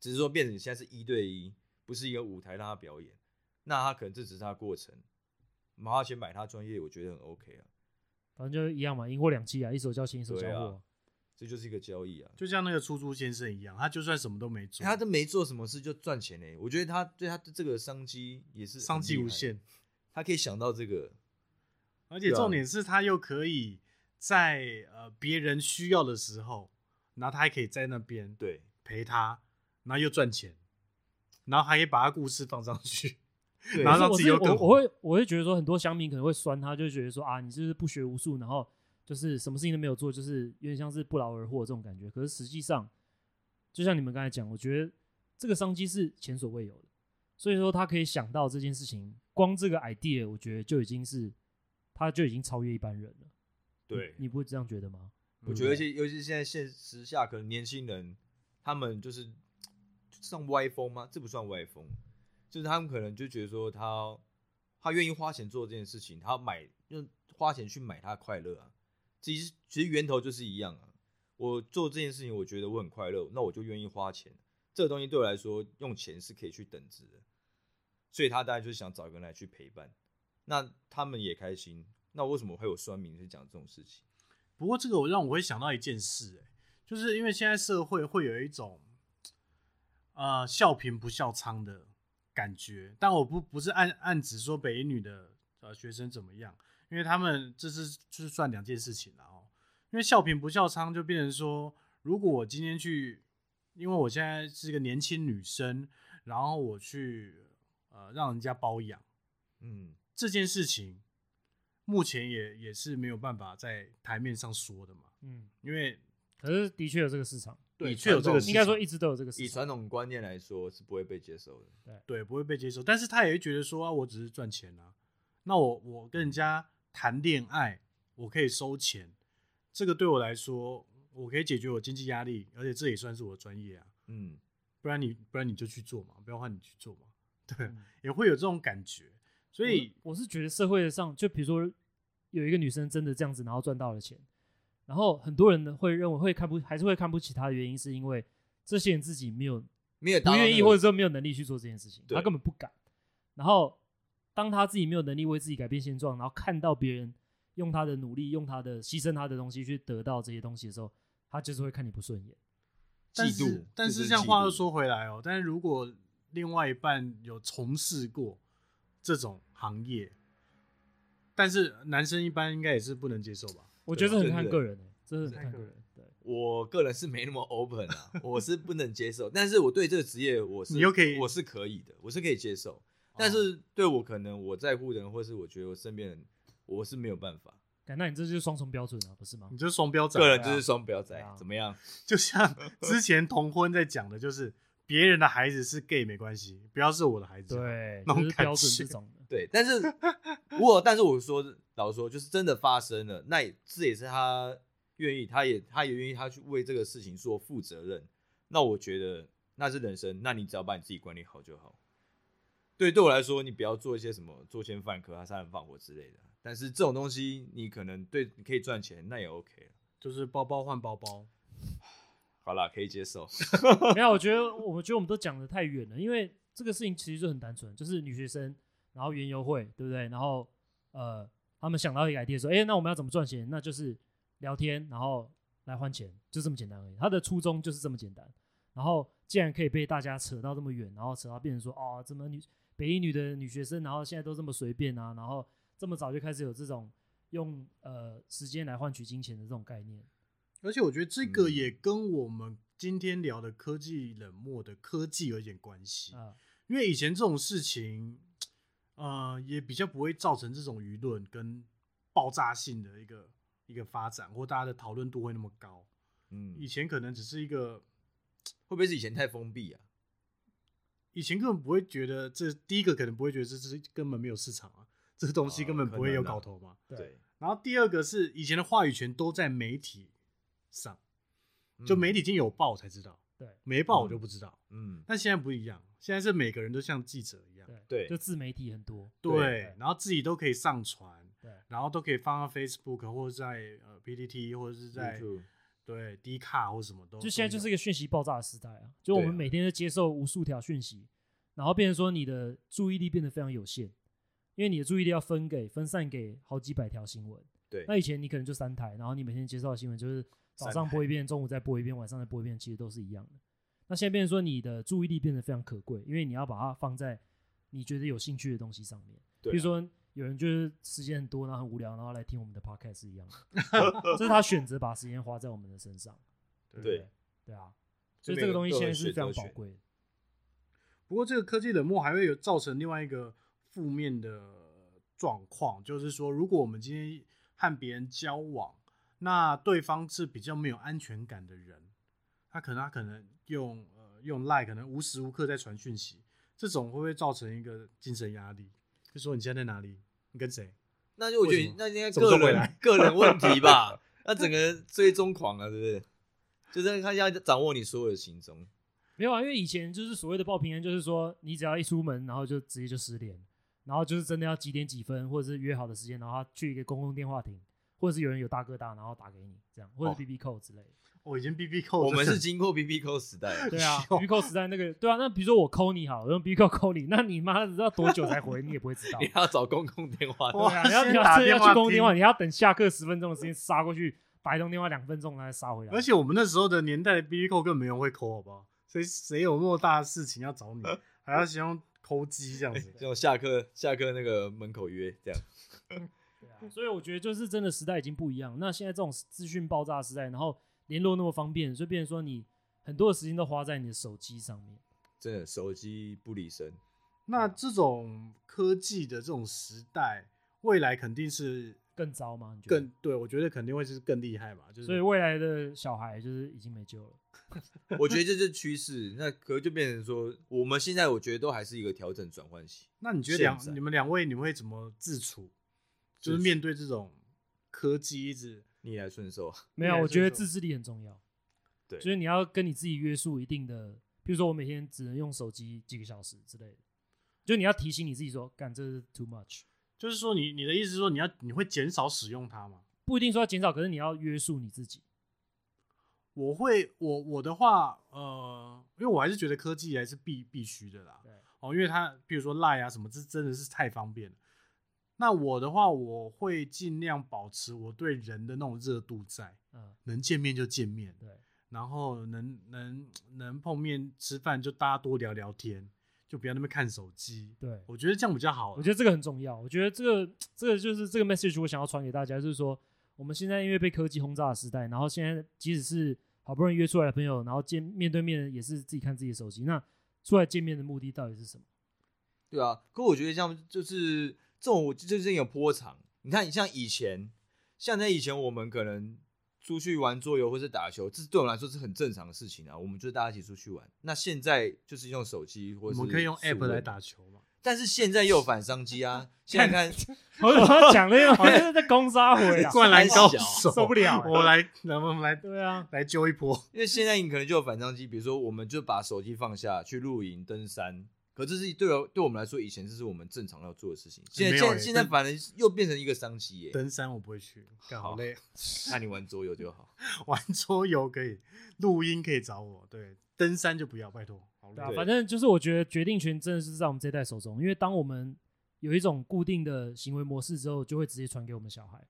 Speaker 4: 只是说变成你现在是一对一，不是一个舞台让他表演。那他可能这只是他的过程，麻花钱买他专业，我觉得很 OK 啊。
Speaker 2: 反正就一样嘛，赢货两期啊，一手交钱一手交
Speaker 4: 对啊
Speaker 2: 货。
Speaker 4: 这就是一个交易啊。
Speaker 3: 就像那个出租先生一样，他就算什么都没做，
Speaker 4: 他都没做什么事就赚钱嘞、我觉得他对他这个商机也是很
Speaker 3: 商机
Speaker 4: 厉害
Speaker 3: 无限，，
Speaker 4: 他可以想到这个，
Speaker 3: 而且
Speaker 4: 对啊
Speaker 3: 重点是他又可以在呃别人需要的时候，然后他还可以在那边
Speaker 4: 对，
Speaker 3: 陪他，然后又赚钱，然后还可以把他故事放上去，
Speaker 4: 对
Speaker 3: 然
Speaker 2: 可是
Speaker 3: 后让
Speaker 2: 我
Speaker 3: 自己
Speaker 2: 是
Speaker 3: 又更
Speaker 2: 我
Speaker 3: 红
Speaker 2: 我会我会觉得说，很多乡民可能会酸他，就觉得说啊，你就是不学无术，然后就是什么事情都没有做，就是有点像是不劳而获这种感觉。可是实际上，就像你们刚才讲，我觉得这个商机是前所未有的，所以说他可以想到这件事情，光这个 idea，我觉得就已经是他就已经超越一般人了。
Speaker 4: 对
Speaker 2: 你不会这样觉得吗？
Speaker 4: 我觉得，尤其尤其现在现时下，可能年轻人他们就是就算歪风吗？这不算歪风，就是他们可能就觉得说他他愿意花钱做这件事情，他买用花钱去买他的快乐啊。其实其实源头就是一样啊。我做这件事情，我觉得我很快乐，那我就愿意花钱。这个东西对我来说，用钱是可以去等值的，所以他当然就是想找一个人来去陪伴，那他们也开心。那为什么会有酸民去讲这种事情？
Speaker 3: 不过这个我让我会想到一件事、欸，就是因为现在社会会有一种，呃，笑贫不笑娼的感觉。但我不不是暗暗指说北一女的呃学生怎么样，因为他们这是就是算两件事情了哦。因为笑贫不笑娼就变成说，如果我今天去，因为我现在是一个年轻女生，然后我去呃让人家包养。
Speaker 4: 嗯，
Speaker 3: 这件事情，目前也也是没有办法在台面上说的嘛，
Speaker 2: 嗯，
Speaker 3: 因为
Speaker 2: 可是的确有这个市场，
Speaker 4: 对
Speaker 3: 的确有这个
Speaker 4: 传统
Speaker 3: 市
Speaker 2: 应该
Speaker 3: 场
Speaker 2: 说一直都有这个市
Speaker 4: 以
Speaker 2: 场
Speaker 4: 传。统观念来说是不会被接受的。
Speaker 3: 对不会被接受，但是他也会觉得说啊，我只是赚钱啊，那我我跟人家谈恋爱，我可以收钱，这个对我来说，我可以解决我经济压力，而且这也算是我的专业啊，
Speaker 4: 嗯，
Speaker 3: 不然你不然你就去做嘛，不要换你去做嘛， 对，
Speaker 2: 嗯
Speaker 3: 也会有这种感觉，所以
Speaker 2: 我是觉得社会上，就比如说有一个女生真的这样子，然后赚到了钱，然后很多人呢会认为会看不，还是会看不起她的原因，是因为这些人自己没有
Speaker 4: 没有
Speaker 2: 不
Speaker 4: 达到那个
Speaker 2: 愿意，或者说没有能力去做这件事情，
Speaker 4: 对
Speaker 2: 他根本不敢。然后当他自己没有能力为自己改变现状，然后看到别人用他的努力、用他的牺牲他的东西去得到这些东西的时候，他就是会看你不顺眼。
Speaker 3: 但
Speaker 4: 嫉
Speaker 3: 是
Speaker 4: 妒。
Speaker 3: 但
Speaker 4: 这
Speaker 3: 是
Speaker 4: 是
Speaker 3: 这样
Speaker 4: 嫉
Speaker 3: 话
Speaker 4: 妒
Speaker 3: 又说回来哦，但是如果另外一半有从事过这种行业，但是男生一般应该也是不能接受吧？
Speaker 2: 我觉得这很
Speaker 4: 对
Speaker 2: 看
Speaker 4: 对
Speaker 2: 个人、欸，真的很
Speaker 3: 对
Speaker 2: 看
Speaker 3: 看
Speaker 2: 个
Speaker 3: 个
Speaker 2: 人。对，
Speaker 4: 我个人是没那么 open 啊，我是不能接受。但是我对这个职业，我是
Speaker 3: 你又可以
Speaker 4: 我是可以的，我是可以接受。但是对我可能我在乎的人，或是我觉得我身边人，我是没有办法。
Speaker 2: 感那你这就是双重标准啊，不是吗
Speaker 3: 你？就是双标仔啊，
Speaker 4: 个人就是双标仔
Speaker 2: 对啊，
Speaker 4: 怎么样？
Speaker 3: 就像之前同婚在讲的，就是别人的孩子是 gay 没关系，不要是我的孩子。，啊
Speaker 2: 对，
Speaker 3: 那种
Speaker 2: 就是标准
Speaker 3: 感觉
Speaker 2: 这种的。
Speaker 4: 对，但是我但是我说老实说，就是真的发生了，那也这也是他愿意，他也他也愿意他去为这个事情做负责任。那我觉得那是人生，那你只要把你自己管理好就好。对，对我来说，你不要做一些什么作奸犯科啊、杀人放火之类的。但是这种东西，你可能对你可以赚钱，那也 OK
Speaker 3: 就是包包换包包。
Speaker 4: 好啦，可以接受。
Speaker 2: 没有，我觉得我觉得我们都讲的太远了，因为这个事情其实就很单纯，就是女学生，然后园游会，对不对？然后呃，他们想到一个 idea 说，哎，那我们要怎么赚钱？那就是聊天，然后来换钱，就这么简单而已。他的初衷就是这么简单。然后既然可以被大家扯到这么远，然后扯到变成说，哦，怎么女北一女的女学生，然后现在都这么随便啊，然后这么早就开始有这种用呃时间来换取金钱的这种概念，
Speaker 3: 而且我觉得这个
Speaker 4: 嗯
Speaker 3: 也跟我们今天聊的科技冷漠的科技有一点关系。
Speaker 2: 啊、
Speaker 3: 因为以前这种事情，呃，也比较不会造成这种舆论跟爆炸性的一个一个发展，或大家的讨论度会那么高。
Speaker 4: 嗯，
Speaker 3: 以前可能只是一个，
Speaker 4: 会不会是以前太封闭啊？
Speaker 3: 以前根本不会觉得这第一个可能不会觉得这是根本没有市场啊，这东西
Speaker 4: 啊
Speaker 3: 根本
Speaker 4: 可
Speaker 3: 不会有
Speaker 4: 能啊
Speaker 3: 搞头嘛。
Speaker 2: 对
Speaker 4: 对，
Speaker 3: 然后第二个是以前的话语权都在媒体上，就
Speaker 4: 嗯
Speaker 3: 媒体已经有报才知道，
Speaker 2: 对
Speaker 3: 没报我就不知道。
Speaker 4: 嗯，
Speaker 3: 但现在不一样，现在是每个人都像记者一样，
Speaker 4: 对
Speaker 2: 就自媒体很多，
Speaker 3: 对，然后自己都可以上传，
Speaker 2: 对。
Speaker 3: 然后都可以放到 Facebook 或者在呃 PTT 或者是在
Speaker 4: YouTube
Speaker 3: 对 D 卡或什么都。
Speaker 2: 就现在就是一
Speaker 3: 个
Speaker 2: 个讯息爆炸的时代啊！就我们
Speaker 4: 对啊
Speaker 2: 每天都接受无数条讯息，然后变成说你的注意力变得非常有限，因为你的注意力要分给分散给好几百条新闻。
Speaker 4: 对，
Speaker 2: 那以前你可能就三台，然后你每天接受的新闻就是早上播一遍，中午再播一遍，晚上再播一遍，其实都是一样的。那现在变成说你的注意力变得非常可贵，因为你要把它放在你觉得有兴趣的东西上面。
Speaker 4: 对啊
Speaker 2: 比如说有人就是时间很多，然后很无聊，然后来听我们的 podcast 是一 样的。这是他选择把时间花在我们的身上，对不
Speaker 4: 对
Speaker 2: 对？对啊，所
Speaker 4: 所以
Speaker 2: 以
Speaker 4: 每
Speaker 2: 这个
Speaker 4: 个人
Speaker 2: 东西
Speaker 4: 都有
Speaker 2: 现在是
Speaker 4: 选
Speaker 2: 非
Speaker 4: 择
Speaker 2: 常宝
Speaker 4: 权
Speaker 2: 贵的。
Speaker 3: 不过这个科技冷漠还会有造成另外一个负面的状况，就是说，如果我们今天和别人交往，那对方是比较没有安全感的人，他可能他可能用呃用赖，可能无时无刻在传讯息，这种会不会造成一个精神压力？就说你现在在哪里？你跟谁？
Speaker 4: 那就我觉
Speaker 3: 为什
Speaker 4: 得
Speaker 3: 么
Speaker 4: 那应该
Speaker 3: 什么时
Speaker 4: 个
Speaker 3: 候回
Speaker 4: 人
Speaker 3: 来
Speaker 4: 个人问题 吧，那整个追踪狂啊了，对不对？就是他要掌握你所有的行踪，
Speaker 2: 没有啊，因为以前就是所谓的报平安，就是说你只要一出门，然后就直接就失联，然后就是真的要几点几分，或者是约好的时间，然后他去一个公共电话亭，或者是有人有大哥大，然后打给你这样，或者
Speaker 4: 哦
Speaker 2: 是 B B 扣之类的。
Speaker 3: 我已经 B B 扣，
Speaker 4: 我们是经过 B B Q 时 代，
Speaker 2: 对 啊，B B 扣时代那个，对啊，那比如说我扣你好了，我用 B B 扣扣你，那你妈的知道多久才回，你也不会知
Speaker 3: 啊
Speaker 2: 道。
Speaker 4: 你要找公共电话
Speaker 2: 对
Speaker 3: 哇
Speaker 2: 啊，你要
Speaker 3: 先
Speaker 2: 你要
Speaker 3: 打
Speaker 2: 真的要
Speaker 3: 电话
Speaker 2: 去公共电话，
Speaker 3: 听
Speaker 2: 你还要等下课十分钟的时间杀过去，打一通电话两分钟，然后再杀回来。
Speaker 3: 而且我们那时候的年代，B B 扣根本没人会抠，好不好？谁谁有那么大的事情要 找你，还要先用抠机这样子
Speaker 4: 这？种下课下课那个门口约这样，
Speaker 2: 对啊，所以我觉得就是真的时代已经不一样。那现在这种资讯爆炸时代，然后联络那么方便，所以变成说你很多的时间都花在你的手机上面。
Speaker 4: 真的手机不离身。
Speaker 3: 那这种科技的这种时代，未来肯定是
Speaker 2: 更糟吗？你觉得
Speaker 3: 更？对，我觉得肯定会是更厉害嘛。就是
Speaker 2: 所以未来的小孩就是已经没救了。
Speaker 4: 我觉得这是趋势，那可就变成说，我们现在我觉得都还是一个调整转换期。
Speaker 3: 那你觉得两
Speaker 4: 现在
Speaker 3: 你们两位你们会怎么自处？
Speaker 4: 自
Speaker 3: 就是
Speaker 4: 处
Speaker 3: 面对这种科技一直
Speaker 4: 逆来顺受，
Speaker 2: 没有，我觉得自
Speaker 3: 己
Speaker 2: 制力很重要。
Speaker 4: 对
Speaker 2: 就是你要跟你自己约束一定的，比如说我每天只能用手机几个小时之类的，就你要提醒你自己说，干这是 too much。
Speaker 3: 就是说你你的意思是说你要你会减少使用它吗？
Speaker 2: 不一定说要减少，可是你要约束你自己。
Speaker 3: 我会我我的话，呃，因为我还是觉得科技还是必必须的啦。
Speaker 2: 对，
Speaker 3: 哦，因为它比如说 Line 啊什么，这真的是太方便了。那我的话，我会尽量保持我对人的那种热度在，
Speaker 2: 嗯，
Speaker 3: 能见面就见面，
Speaker 2: 对，
Speaker 3: 然后能能能碰面吃饭就大家多聊聊天，就不要那边看手机。
Speaker 2: 对。
Speaker 3: 我觉得这样比较好啦。
Speaker 2: 我觉得这个很重要。我觉得这个这个就是这个 message 我想要传给大家，就是说我们现在因为被科技轰炸的时代，然后现在即使是好不容易约出来的朋友，然后见面对面也是自己看自己的手机，那出来见面的目的到底是什么？
Speaker 4: 对啊，可我觉得像就是这种，我就是有波长。你看，像以前，像在以前，我们可能出去玩桌游或是打球，这对我们来说是很正常的事情啊。我们就大家一起出去玩。那现在就是用手机或
Speaker 3: 我
Speaker 4: 是
Speaker 3: 们可以用 App
Speaker 4: 数
Speaker 3: 来
Speaker 4: 位，
Speaker 3: 打球嘛？
Speaker 4: 但是现在又有反商 机啊。现在看，
Speaker 2: 我怎么讲那个好像是在攻杀回啊？
Speaker 3: 灌篮高
Speaker 4: 太小
Speaker 3: 手
Speaker 2: 受不了欸
Speaker 3: 我来，来我们来
Speaker 2: 对啊，
Speaker 3: 来揪一波。
Speaker 4: 因为现在你可能就有反商机，比如说我们就把手机放下去露营、登山。可这是对我对我们来说，以前这是我们正常要做的事情。现在
Speaker 3: 没
Speaker 4: 现
Speaker 3: 有
Speaker 4: 在
Speaker 3: 欸
Speaker 4: 现在
Speaker 3: 登
Speaker 4: 反而又变成一个商机耶、
Speaker 3: 登山我不会去，干好累。
Speaker 4: 那你玩桌游就好。
Speaker 3: 玩桌游可以，录音可以找我，对，登山就不要，拜托。好累
Speaker 2: 对啊，反正就是我觉得决定权真的是在我们这一代手中，因为当我们有一种固定的行为模式之后，就会直接传给我们小孩。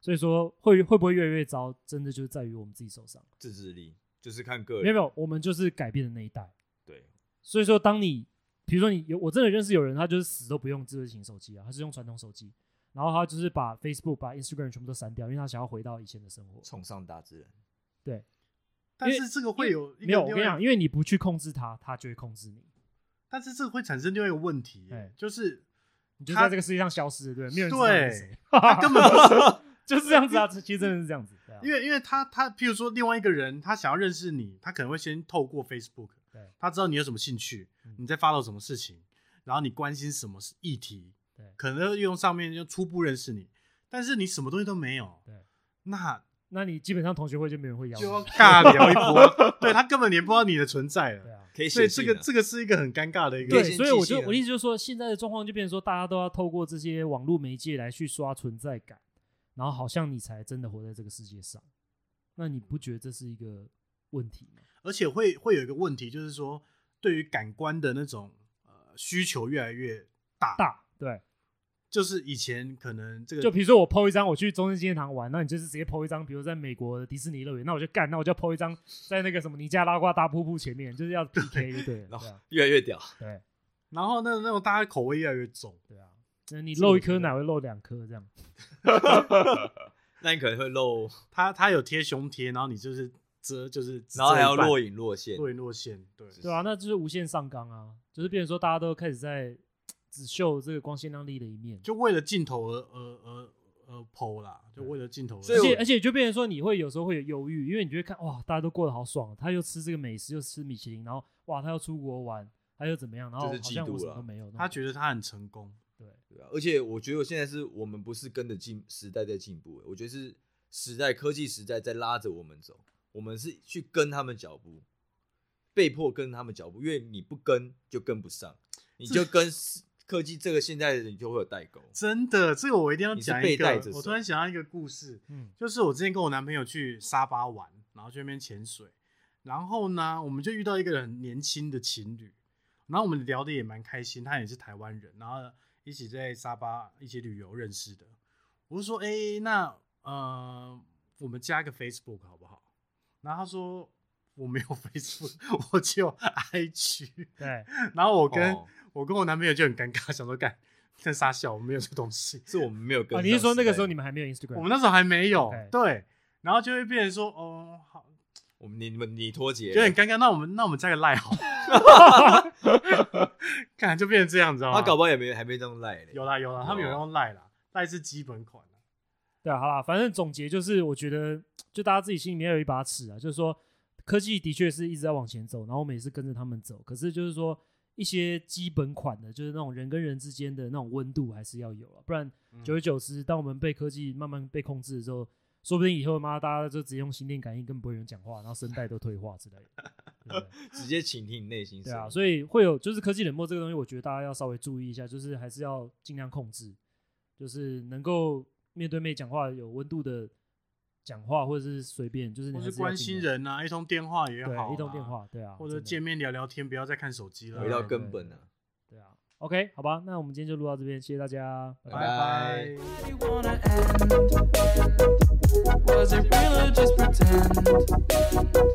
Speaker 2: 所以说会会不会越来越糟，真的就在于我们自己手上。
Speaker 4: 自制力就是看个人。
Speaker 2: 没有没有，我们就是改变的那一代。
Speaker 4: 对，
Speaker 2: 所以说，当你比如说你有，我真的认识有人，他就是死都不用智慧型手机啊，他是用传统手机，然后他就是把 Facebook、把 Instagram 全部都删掉，因为他想要回到以前的生活。
Speaker 4: 崇尚大自然。
Speaker 3: 但是这个会有一
Speaker 2: 没有，
Speaker 3: 个
Speaker 2: 我
Speaker 3: 另
Speaker 2: 跟你
Speaker 3: 外
Speaker 2: 讲，，因为你不去控制它，它就会控制你，
Speaker 3: 但是这个会产生另外一个问题
Speaker 2: 哎，
Speaker 3: 就是
Speaker 2: 你就
Speaker 3: 他
Speaker 2: 在这个世界上消失了，对不对，没有人知道
Speaker 3: 对
Speaker 2: 你是谁，
Speaker 3: 他根本不是，
Speaker 2: 就是这样子啊，其实真的是这样子，对啊
Speaker 3: 因为因为他他譬如说另外一个人，他想要认识你，他可能会先透过 Facebook，
Speaker 2: 对
Speaker 3: 他知道你有什么兴趣
Speaker 2: 嗯，
Speaker 3: 你在 follow 什么事情，然后你关心什么议题，
Speaker 2: 对
Speaker 3: 可能会用上面就初步认识你，但是你什么东西都没有，
Speaker 2: 对，
Speaker 3: 那
Speaker 2: 那你基本上同学会就没人会邀
Speaker 3: 就要
Speaker 2: 你，
Speaker 3: 尬聊一 波，对他根本连不知道你的存在了
Speaker 2: 对。啊。
Speaker 4: 可以
Speaker 3: 所以
Speaker 4: 写
Speaker 3: 这
Speaker 4: 信
Speaker 3: 个
Speaker 4: 啊
Speaker 3: 这个是一个很尴尬的一个
Speaker 2: 对，
Speaker 4: 先
Speaker 2: 所以
Speaker 4: 寄
Speaker 2: 我
Speaker 4: 信
Speaker 2: 就
Speaker 4: 啊
Speaker 2: 我的意思就是说，现在的状况就变成说，大家都要透过这些网络媒介来去刷存在感，然后好像你才真的活在这个世界上。那你不觉得这是一个问题吗？
Speaker 3: 而且会会有一个问题，就是说对于感官的那种呃需求越来越大，
Speaker 2: 大对，
Speaker 3: 就是以前可能这个
Speaker 2: 就比如说我 PO 一张我去中正纪念堂玩，那你就是直接 PO 一张，比如在美国的迪士尼乐园，那我就干，那我就 PO 一张在那个什么尼加拉瓜大瀑布前面，就是 要 PK 就对了，对
Speaker 4: 然后
Speaker 2: 啊
Speaker 4: 越来越屌。
Speaker 2: 对
Speaker 3: 然后那那种大家口味越来越重，
Speaker 2: 对啊，那你
Speaker 3: 这个
Speaker 2: 漏
Speaker 3: 我
Speaker 2: 一
Speaker 3: 觉
Speaker 2: 颗
Speaker 3: 得
Speaker 2: 哪会漏两颗这样？
Speaker 4: 那你可能会漏，
Speaker 3: 他他有贴胸贴，然后你就是遮就是，
Speaker 4: 然后还要
Speaker 3: 落
Speaker 4: 若隐若现。
Speaker 2: 啊
Speaker 3: 落隐落现，对，
Speaker 4: 是
Speaker 2: 对啊，那就是无限上纲啊，就是变成说大家都开始在只秀这个光鲜亮丽的一面，
Speaker 3: 就为了镜头而而而而剖啦，就为了镜头而。
Speaker 4: 所以
Speaker 2: 而
Speaker 4: 我
Speaker 2: 且而且就变成说你会有时候会有忧郁，因为你就会看哇，大家都过得好爽，他又吃这个美食，又吃米其林，然后哇，他又出国玩，他又怎么样，然后
Speaker 4: 就
Speaker 2: 好
Speaker 4: 是
Speaker 2: 像
Speaker 4: 嫉妒
Speaker 2: 我什么
Speaker 4: 啦
Speaker 2: 都没有那种感觉。
Speaker 3: 他觉得他很成功，
Speaker 2: 对，
Speaker 4: 对啊，而且我觉得我现在是我们不是跟着进时代在进步，欸我觉得是时代科技时代在拉着我们走，我们是去跟他们脚步，被迫跟他们脚步，因为你不跟就跟不上，你就跟时科技这个现在的人就会有代沟。
Speaker 3: 真的，这个我一定要
Speaker 4: 你是
Speaker 3: 讲一
Speaker 4: 被带
Speaker 3: 个
Speaker 4: 着。
Speaker 3: 我突
Speaker 4: 走
Speaker 3: 然想到一个故事，
Speaker 2: 嗯，
Speaker 3: 就是我之前跟我男朋友去沙巴玩，然后去那边潜水，然后呢，我们就遇到一个很年轻的情侣，然后我们聊的也蛮开心，他也是台湾人，然后一起在沙巴一起旅游认识的。我就说，哎、那呃，我们加个 Facebook 好不好？然后他说我没有 Facebook，我只有 IG。
Speaker 2: 对，
Speaker 3: 然后我跟、
Speaker 4: 哦
Speaker 3: 我跟我男朋友就很尴尬，想说干在傻笑，我没有这东西。
Speaker 4: 是我们没有跟、
Speaker 2: 啊，你是说那个时候你？们还没有 Instagram？
Speaker 3: 我们那时候还没有
Speaker 2: OK
Speaker 3: 对，然后就会变成说，哦，好，
Speaker 4: 我们你你们你脱节
Speaker 3: 有点
Speaker 4: 了，
Speaker 3: 尴尬。那我们那我们加个赖 好了，看就变成这样，子啊。
Speaker 4: 他搞不好也没还没这样赖嘞。
Speaker 3: 有啦有啦，他们有
Speaker 4: 有啊
Speaker 3: 用赖啦，赖是基本款啦
Speaker 2: 对啊，好啦，反正总结就是，我觉得就大家自己心里面有一把尺啊，就是说科技的确是一直在往前走，然后我们也是跟着他们走，可是就是说一些基本款的，就是那种人跟人之间的那种温度还是要有啊，不然久而久之，当我们被科技慢慢被控制的时候，说不定以后妈大家就直接用心电感应，根本不会有人讲话，然后声带都退化之类的，对不对？
Speaker 4: 直接倾听你内心
Speaker 2: 对
Speaker 4: 声
Speaker 2: 啊，
Speaker 4: 音
Speaker 2: 所以会有就是科技冷漠这个东西，我觉得大家要稍微注意一下，就是还是要尽量控制，就是能够面对面讲话有温度的讲话，或者是随便，就是你
Speaker 3: 或
Speaker 2: 还
Speaker 3: 是
Speaker 2: 是
Speaker 3: 关心人啊，一通电话也
Speaker 2: 要
Speaker 3: 好
Speaker 2: 尽量，
Speaker 3: 啦，
Speaker 2: 对一通电话，对啊，
Speaker 3: 或者
Speaker 2: 真的
Speaker 3: 见，面聊聊天，不要再看手机了。
Speaker 4: 回到
Speaker 2: 对
Speaker 4: 根本啊。
Speaker 2: 对啊，OK，好吧，那我们今天就录到这边，谢谢大家，拜拜
Speaker 3: 拜拜。
Speaker 1: Why do you wanna end? Was it real or just pretend?